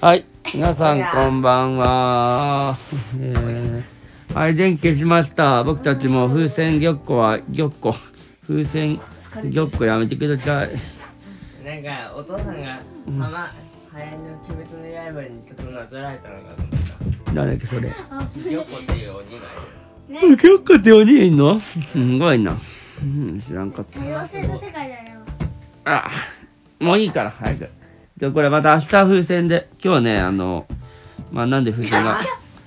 はい、皆さんこんばんは。えーはい、電気消しました。僕たちも風船玉子は玉子、風船玉子やめてください。なんかお父さんが「ママ早いの鬼滅の刃」にちょっとなぞられたのかと思っ誰だっけそれ。たヨコっていう鬼がいる玉子って鬼いんの？すごいな。うん、知らんかった。妖精の世界だよ。あもういいから早くじゃあこれまた明日風船で今日はねあのまあなんで風船が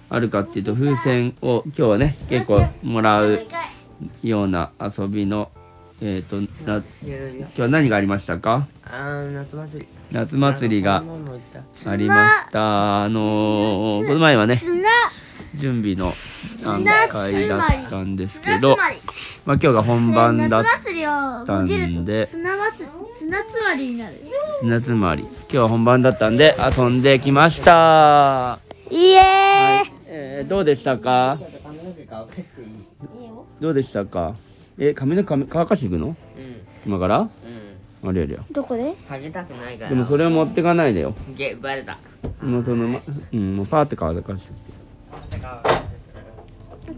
あるかっていうと風船を今日はね結構もらもうう一回ような遊びのえっ、とな強いよ今日は何がありましたかあー夏祭り夏祭りがママも行ったありましたあのーこの前はね綱、準備の段階だったんですけ綱つど、まり。まあ、今日が本番だっ夏祭りをた閉んじるでと砂祭砂つまりになる。夏回り今日は本番だったんで遊んできましたイエーイ。えーどうでしたか髪の毛乾かしていいどうでしたかえ髪の髪乾かしていくのうん今からうんあれやりゃどこで？ハゲたくないからでもそれを持ってかないでよゲバレたもうそのまうんもうパーって乾かしてきて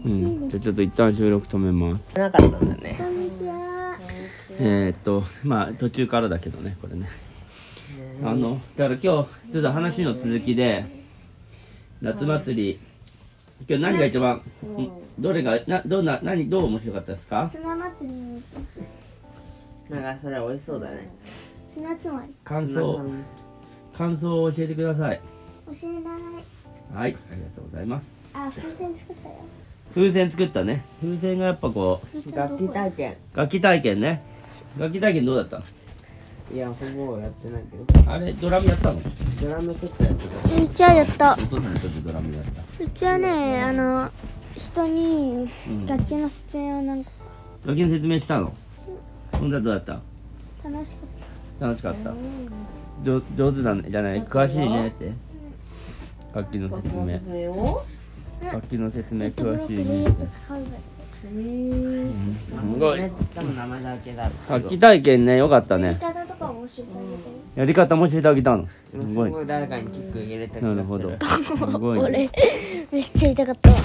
うんじゃあちょっと一旦収録止めますなかったんだねこんにちは。えー、っとまあ途中からだけどねこれねあのだから今日ちょっと話の続きで夏祭り今日何が一番うんどれがなどんな何どう面白かったですか砂祭りになんかそれ美味しそうだね砂つまり感想感想を教えてください教えない。はいありがとうございますあ、風船作ったよ。風船作ったね風船がやっぱこう風船ど楽器こ体験楽器体験ね楽器体験どうだったいやほぼやってないけどのあれドラムやったのドラムちょっとやってたうちはやったお。父さんにとってドラムやったうちはね、あの人に楽器の説明をなんか楽器の説明したのほんとはどうだった楽しかっ楽しかった上上手なんじゃない詳しいねって楽器の説明明を楽器の説明た。詳しいブロねックで買うすごい多分名前だけだろ楽器体験ねよかったやりね方とか面白いんだけど。やり方も教えてあげたのすすごいごい誰かにキック入れたなるほどすごいね俺めっちゃ痛かったわ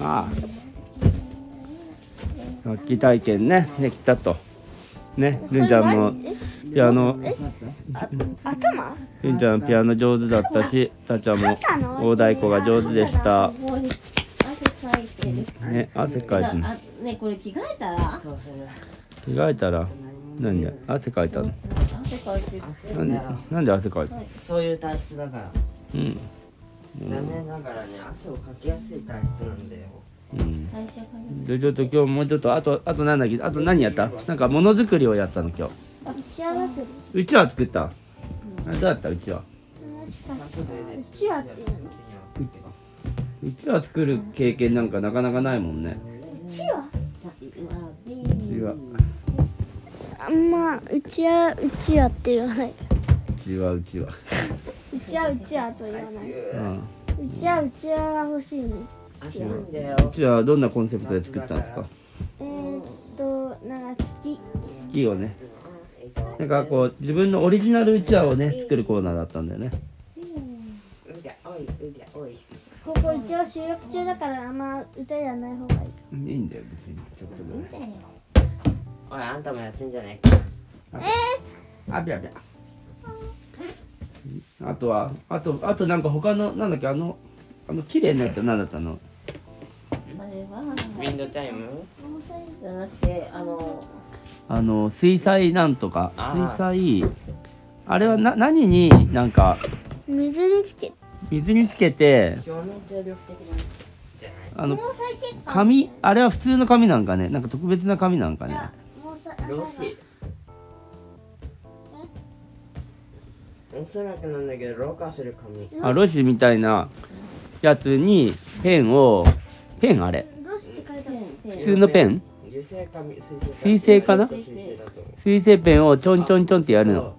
ああ楽器体験ねできたとねるんちゃんもえピアノ頭るんちゃんピアノ上手だったしたっちゃんも肩の大太鼓が上手でしたもう汗かいてる。ね汗かいてるあ、ね、これ着替えたら。どうする着替えたら何で汗かいたの汗かいてる。なんでなんで汗かいたのそういう体質だからうん残念ながらね汗をかきやすい体質なんだようん会社から。でちょっと今日もうちょっとあとあと何だっけあと何やったなんかものづくりをやったの今日知らなくてううちは作ったあどうだったうちはちわっていうのうちは作る経験なんかなかなかないもんねちわうちはあんまうちはうちわって言わないうちはうちはうちはうちわと言わないううんちはうちわが欲しいね汗なんだようちはどんなコンセプトで作ったんですかえー、っとなんか月月をねなんかこう自分のオリジナルうちわをね作るコーナーだったんだよねうりゃおいうりゃおいここうちは収録中だからあんま歌やらない方がいいいいんだよ別にちょっとぐらいおいあんたもやってんじゃないかあびゃびゃあとはあとあとなんか他のなんだっけあのあの綺麗なやつは何だったのあれは。ウィンドチャイムじゃなくて、あの。あの水彩なんとかあ水ー彩あれはな何になんか水につけ水につけて表面張力的なじゃないあの毛細血管紙あれは普通の紙なんかねなんか特別な紙なんかね毛細ロシおそらくなんだけど老化する髪あロシみたいなやつにペンをペンあれロシって書いてある普通のペン油性髪水性かな水性だと思う水性ペンをちょんちょんちょんってやるの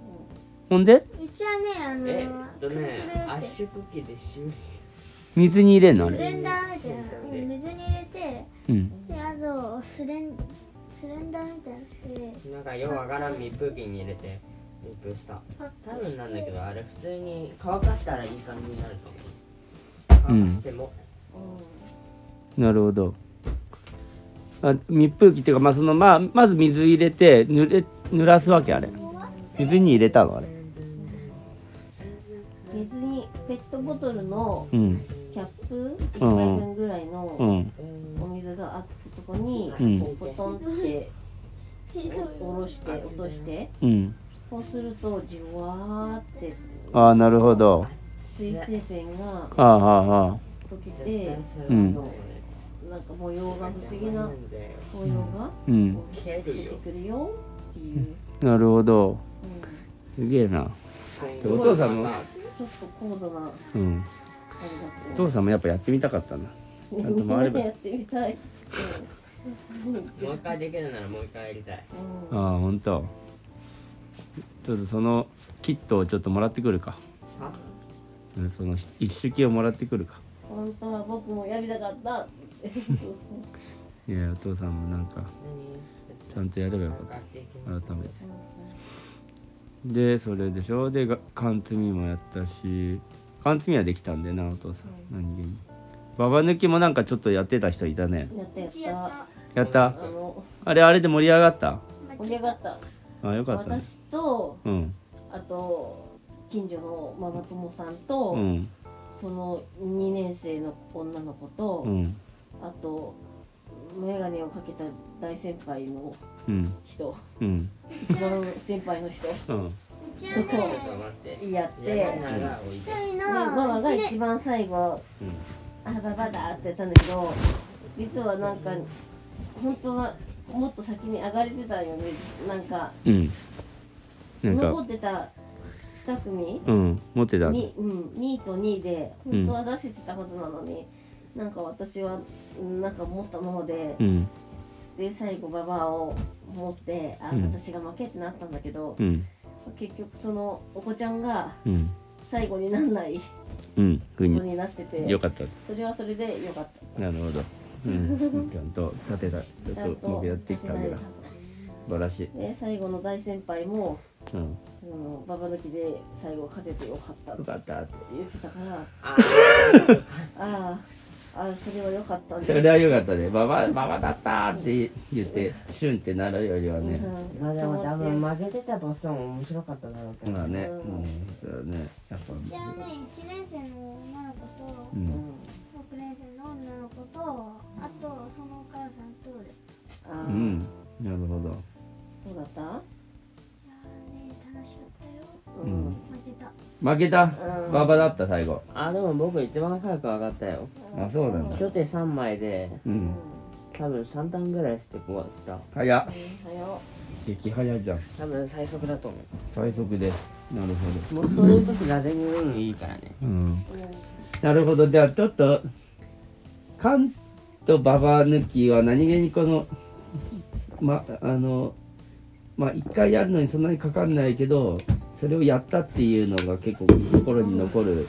ほんでうちはねあのえっとくるくるねって圧縮機でしゅ水に入れんのあスレれンダーみたいなうん水に入れてうんであとスレンスレンダーみたいなのしてなんかようわからん密封機に入れて勉強した多分なんだけどあれ普通に乾かしたらいい感じになると思う乾かしても、なるほどあ密封機っていうか、まあそのまあ、まず水入れて濡れ濡らすわけあれ水に入れたのあれ水にペットボトルのうんキャップ1杯分ぐらいの、うんお水があってそこにうんこうポトンって下ろして落としてうんこうするとじわーってああなるほど水性ペンがあああああ溶け絶対てそれはうんもうねなんか模様が不思議な模様があうんこう出てくるよっていう、なるほどうんすげえなすごいお父さんもちょっと高度なあうんおれだ父さんもやっぱやってみたかったなけちどゃんと回れ ばやってみたい、もう一回できるならもう一回やりたいうんああほんとちょっとそのキットをちょっともらってくるかあうんその一式をもらってくるか本当は僕もやりたかったっつっていやお父さんもなんかちゃんとやればよかった改めてでそれでしょでが缶詰もやったし缶詰はできたんだよなお父さん何気にババ抜きもなんかちょっとやってた人いたねやったやっちやったやったあのあれあれで盛り上がった盛り上がったあよかったね私とうんあと近所のママ友さんと、うんその2年生の女の子と、うんあと眼鏡をかけた大先輩のうん 人うん一番先輩の人うんうちはねどちこょっと待ってやってやるでならおいで一人ママのが一一年番最後うん「あババだ」って言ったんだけど実はなんか本当はもっと先に上がれてたよねなんかうんなん残かってた2組うん持ってたに、うん、2と2でん本当は出せてたはずなのに、なんか私はうんなんか持ったままで、うんで最後ババアを持ってあ、うん私が負けってなったんだけど、うん結局そのお子ちゃんがうん最後になんないうんふうことにになってて、よかったそれはそれでよかった。なるほど うんちゃんと立てたちちょゃっんとうまとくやってきたんだな素晴らしいで最後の大先輩もうんあのババ抜きで最後勝ててよかったってよかったって言ってたからあああああそれはよかったねそれは良かったね。ババ、ババだったーって言って、シュンってなるよりはね。うんまあでも多分負けてたとしても面白かっただろうけどまあね、ううんん、そうだね、やっぱ。うちはね一年生の女の子とう、うんん六年生の女の子とあとそのお母さんとであうあん、なるほど。どうだったいやーね楽しかったよううんん負けた負けたうん。ババだった最後。あでも僕一番早く上がったよあ、そうなんだ。初手3枚でうん、多分3段ぐらいして終わった早っ。はよ激早じゃん。多分最速だと思最速で。なるほうもうそういう時誰に運いいからねど。うん、うんなるほど。じゃあ、ちょっと。カンとババ抜きは何気にこの。ま、あの。まあ、一回やるのにそんなにかかんないけどそれをやったっていうのが結構心に残る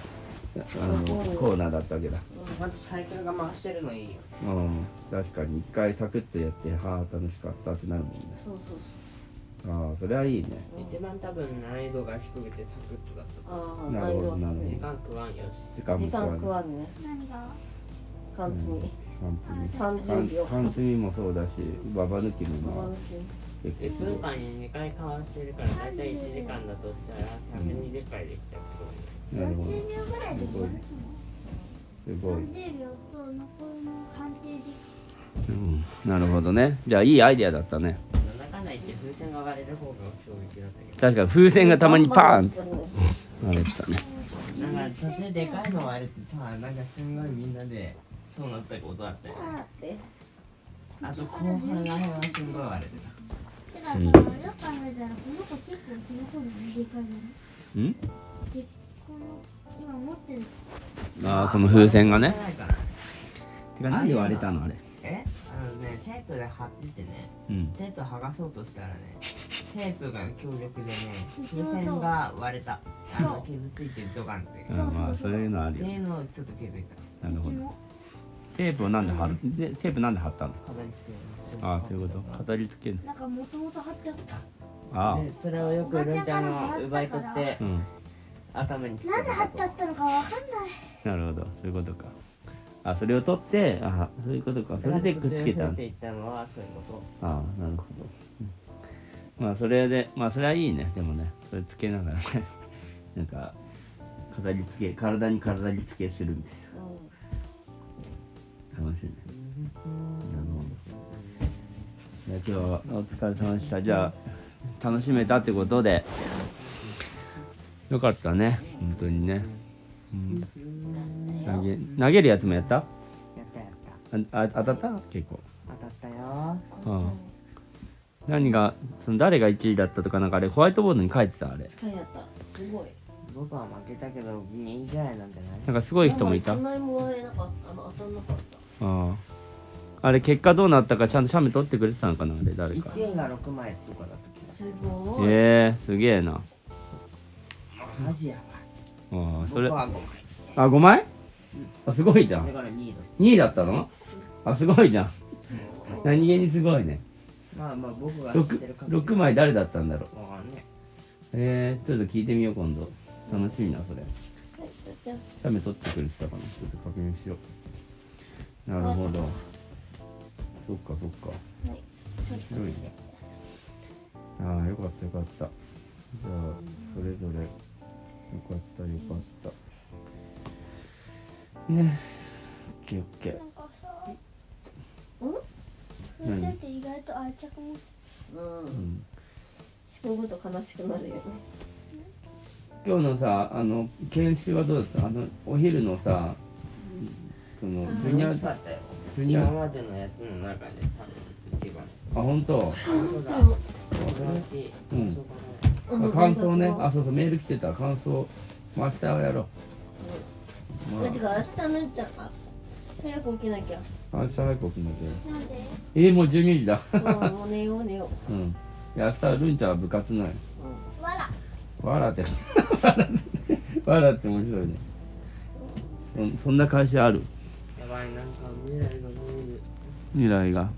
あのコーナーだったわけだちゃんとサイクルが回してるのいいようん確かに一回サクッとやってはあ楽しかったってなるもんねそうそうそうああそれはいいね一番多分難易度が低くてサクッとだっああなるほどなるほたど時間食わんよし時間時も間食食わわんね何が缶詰にない缶30詰秒缶詰もそうだしババ抜きババもまあ抜き結構1分間に2回かわしてるから大体1時間だとしたら120回できたってことになるなるほど40秒ぐらいで終わるかすなごい、 30秒と残りの判定時うん、なるほどねじゃあいいアイデアだったねなんだかんだ言って風船が割れる方が衝撃だったけ確かに風船がたまにパーンってう割れてたねどなんか途中でかいの割れてさなんかすんごいみんなでそうなったことあったよねんであと後半らへんはすんごい割れてたてかさ、よく考えたらこの子結構この子のでかいのねんでこの今持ってるああこの風船がねないかなてか何で割れたのあれえあのねテープで貼っててねうんテープ剥がそうと したらねテープが強力でねそうそう風船が割れたあのそ傷ついてるドカンってうんまあそういうのあるってよいねうのをちょっと気づいたなるうほちどのテープをなんで貼るでテープなんで貼ったの壁につけまああそういうこと飾り付けるなんかもともと貼ってあったあでそれをよくルンちゃんが奪い取ってあうん頭につけなんでた貼ってあったのかわかんないなるほどそういうことかあそれを取ってあそういうことかそれでくっつけたっんだて言ったのはそういうこああなるほどうんまあそれでまあそれはいいねでもねそれつけながらね なんか飾り付け体に体に付けするみたいな楽しいねなるほどじゃあ今日はお疲れ様でしたじゃあ楽しめたってことでよかったね本当にね、うん、投げ投げるやつもやったあとやったやったあ当たった結構当たったようん何がその誰が1位だったとかなんかあれホワイトボードに書いてたあれ使いやったすごい僕は負けたけど2位ぐらいなんじゃないなんかすごい人もいたなんか一枚も割れなかったあの当たんなかったあああれ結果どうなったかちゃんと写メ撮ってくれてたのかなあれ誰か1位が6枚とかだったけすごい、えー、すげえなどマジやばああいそれ僕あは5 5枚枚あすごいじゃだんから2位だっ2位だったのあすごいじゃん何気にすごいねたまあまあ僕が知ってる 6, か6枚誰だったんだろうわかんねえー、ちょっと聞いてみよう今度楽しみなそれはいじゃあ写メ撮ってくれてたかなちょっと確認しようなるほどそっかそっかはいちょっと広いねああよかったよかったじゃあそれぞれよかったよかったねオッケーオッケなんかさうん風船って意外と愛着持つうー、うんん、仕込むと悲しくなるよね今日のさあの研修はどうだったあのお昼のさそのジュニア美あ味しかったよジュニア今までのやつの中で多分一番本当そうだうんそうかあ感想ねあそうそうメール来てた感想明日はやろう、うんまてか明日のじゃんあ早く起きなきゃあ、明日早く起きなきゃなんでえー、もう12時だうんもう寝よう寝ようんで明日はルンちゃんは部活ないわら笑って 笑って面白いねそそんな会社あるやばいなんか未来が見える未来が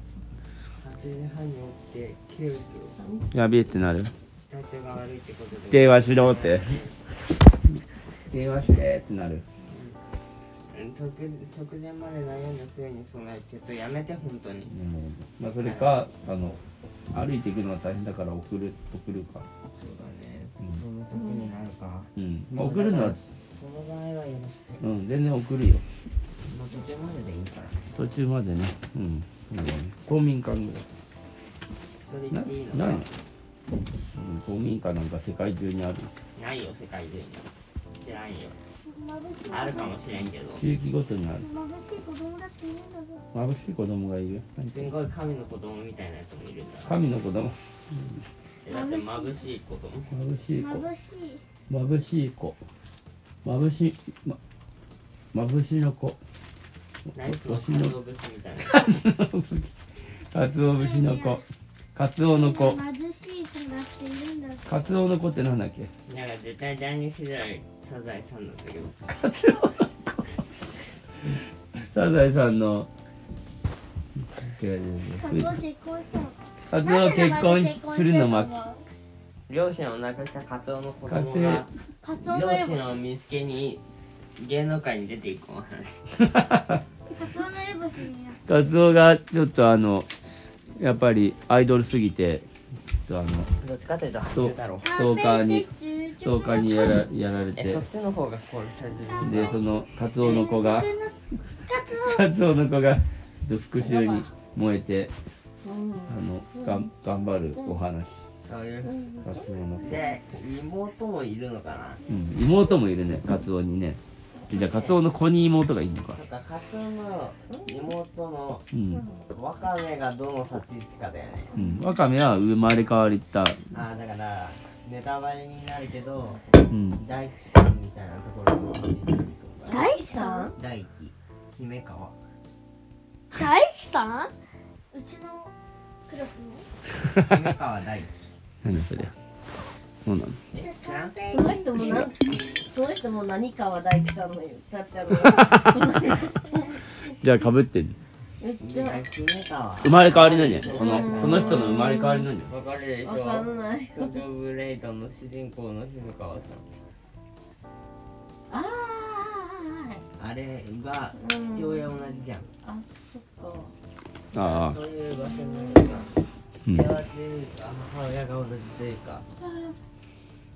8時半に起きて急遽やべえってなる体調が悪いってことで電話しろって電話してってなるうん直直前まで悩んだ末に備えちょっとやめて本当にうんまあそれかあの歩いていくのは大変だから送る送るかそうだねその時になるかうん、まあ、送るのはその場合はやめてうん全然送るよもう途中まででいいから途中までねうんそうだね公民館ぐらいそれ言っていいのなないの、うん、公民館なんか世界中にあるないよ世界中には知らんよ眩しいあるかもしれんけど地域ごとにある眩しい子供だっているんだぞ眩しい子供がいるすごい神の子供みたいなやつもいるんだ神の子供だって眩しい子供眩しい子眩しい眩しい子眩しいま眩しの子何そのわし鰹の節みたい なかつお節の子かつおの子貧しい子だっているんだぞかつおの子ってなんだっけなんか絶対第二世代サザエさんなんだけどかつおの子サザエさんのカツオ結婚したのカツオ結婚するの巻両親を亡くしたカツオの子カツ供がカツオ両のエボシ親を見つけに芸能界に出ていくお話カツオのエボシになっカツオがちょっとあのやっぱりアイドルすぎてちょっとあのどっちかというとそう初だろうたストーカーにストーカーにやらやられてえそっちの方が殺されるでそのカツオの子がカツオカツオの子が復讐に燃えてう、うん、あのがん頑張るお話そういうカツオの子、で妹もいるのかなうん、妹もいるねカツオにねじゃあカツオの子に妹がいるのかなんかカツオの妹のうん、ワカメがどの立ち位置かだよねうん、ワカメは生まれ変わりた、ああだからネタバレになるけどうん、大輝さんみたいなところの出てくるとか大地さん大輝姫川大地さんうちのクラス姫川大輝何それそうなの え知らんその人もなんその人も何川大樹さんのよたっちゃんのじゃあかぶってるめっちゃ君かは生まれ変わりなんじゃないそのその人の生まれ変わりなんじゃないわかるでしょわかんないドジョブレイドの主人公の姫川さあんあれが父親同じじゃんああそっかあそあういう場所のうん父親というか母親が同じというか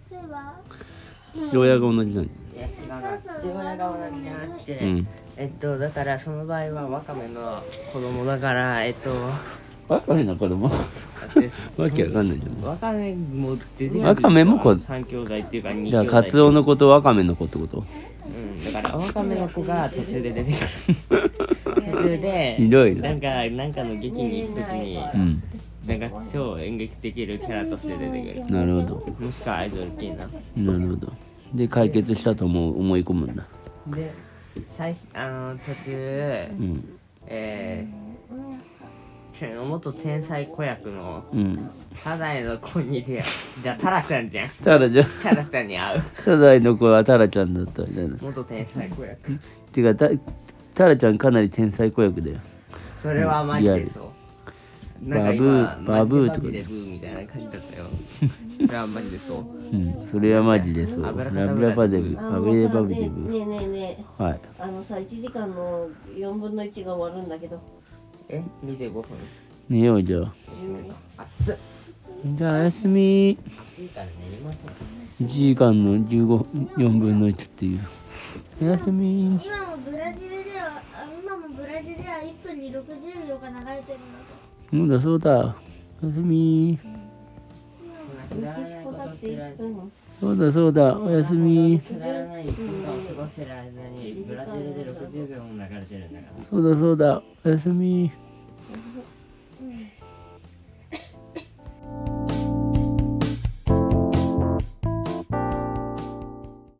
そういえば父親が同じなんじいや違うな父親が同じじゃなくて、ゃないうんえっとだからその場合はワカメの子供だからえっと わかめの子供わけわかんないじゃんワカメも出てくるワカメも子三兄弟っていうか二じゃ兄あ弟カツオの子とワカメの子ってことうんだからワカメの子が途中で出てく る途中でひどいななんかなんかの劇に行くときにうんなんか超演劇できるキャラとして出てくなるほどるもしくはアイドル系ななるほどで解決したと思う思い込むんだで最初あの途中うんえー、元天才子役のうんサザエの子に出会うじゃあタラちゃんじゃんタラちゃんタラちゃんに会うサザエの子はタラちゃんだったじゃない元天才子役ていうかたタラちゃんかなり天才子役だよそれはマジでそうなんかバ今ブーマジバブーとかでバビでブーみたいな感じだったよそれはマジでそううんそれはマジでそうラブ油かたぶらラバデブあバのビレさバビねデねブえねえねえはいあのさ1時間の4分の1が終わるんだけどえ二25分寝ようじゃあ暑っじゃあおやすみ暑いから寝れません1時間の15 4分の1っていうおやすみ今もブラジルではあ今もブラジルでは1分に60秒が流れてるんだけどそうだそうだおやすみメキシコだって1分そうだそうだおやすみくだらない1分間を過ごしてる間にブラジルで60秒も流れてるんだからそうだそうだおやすみ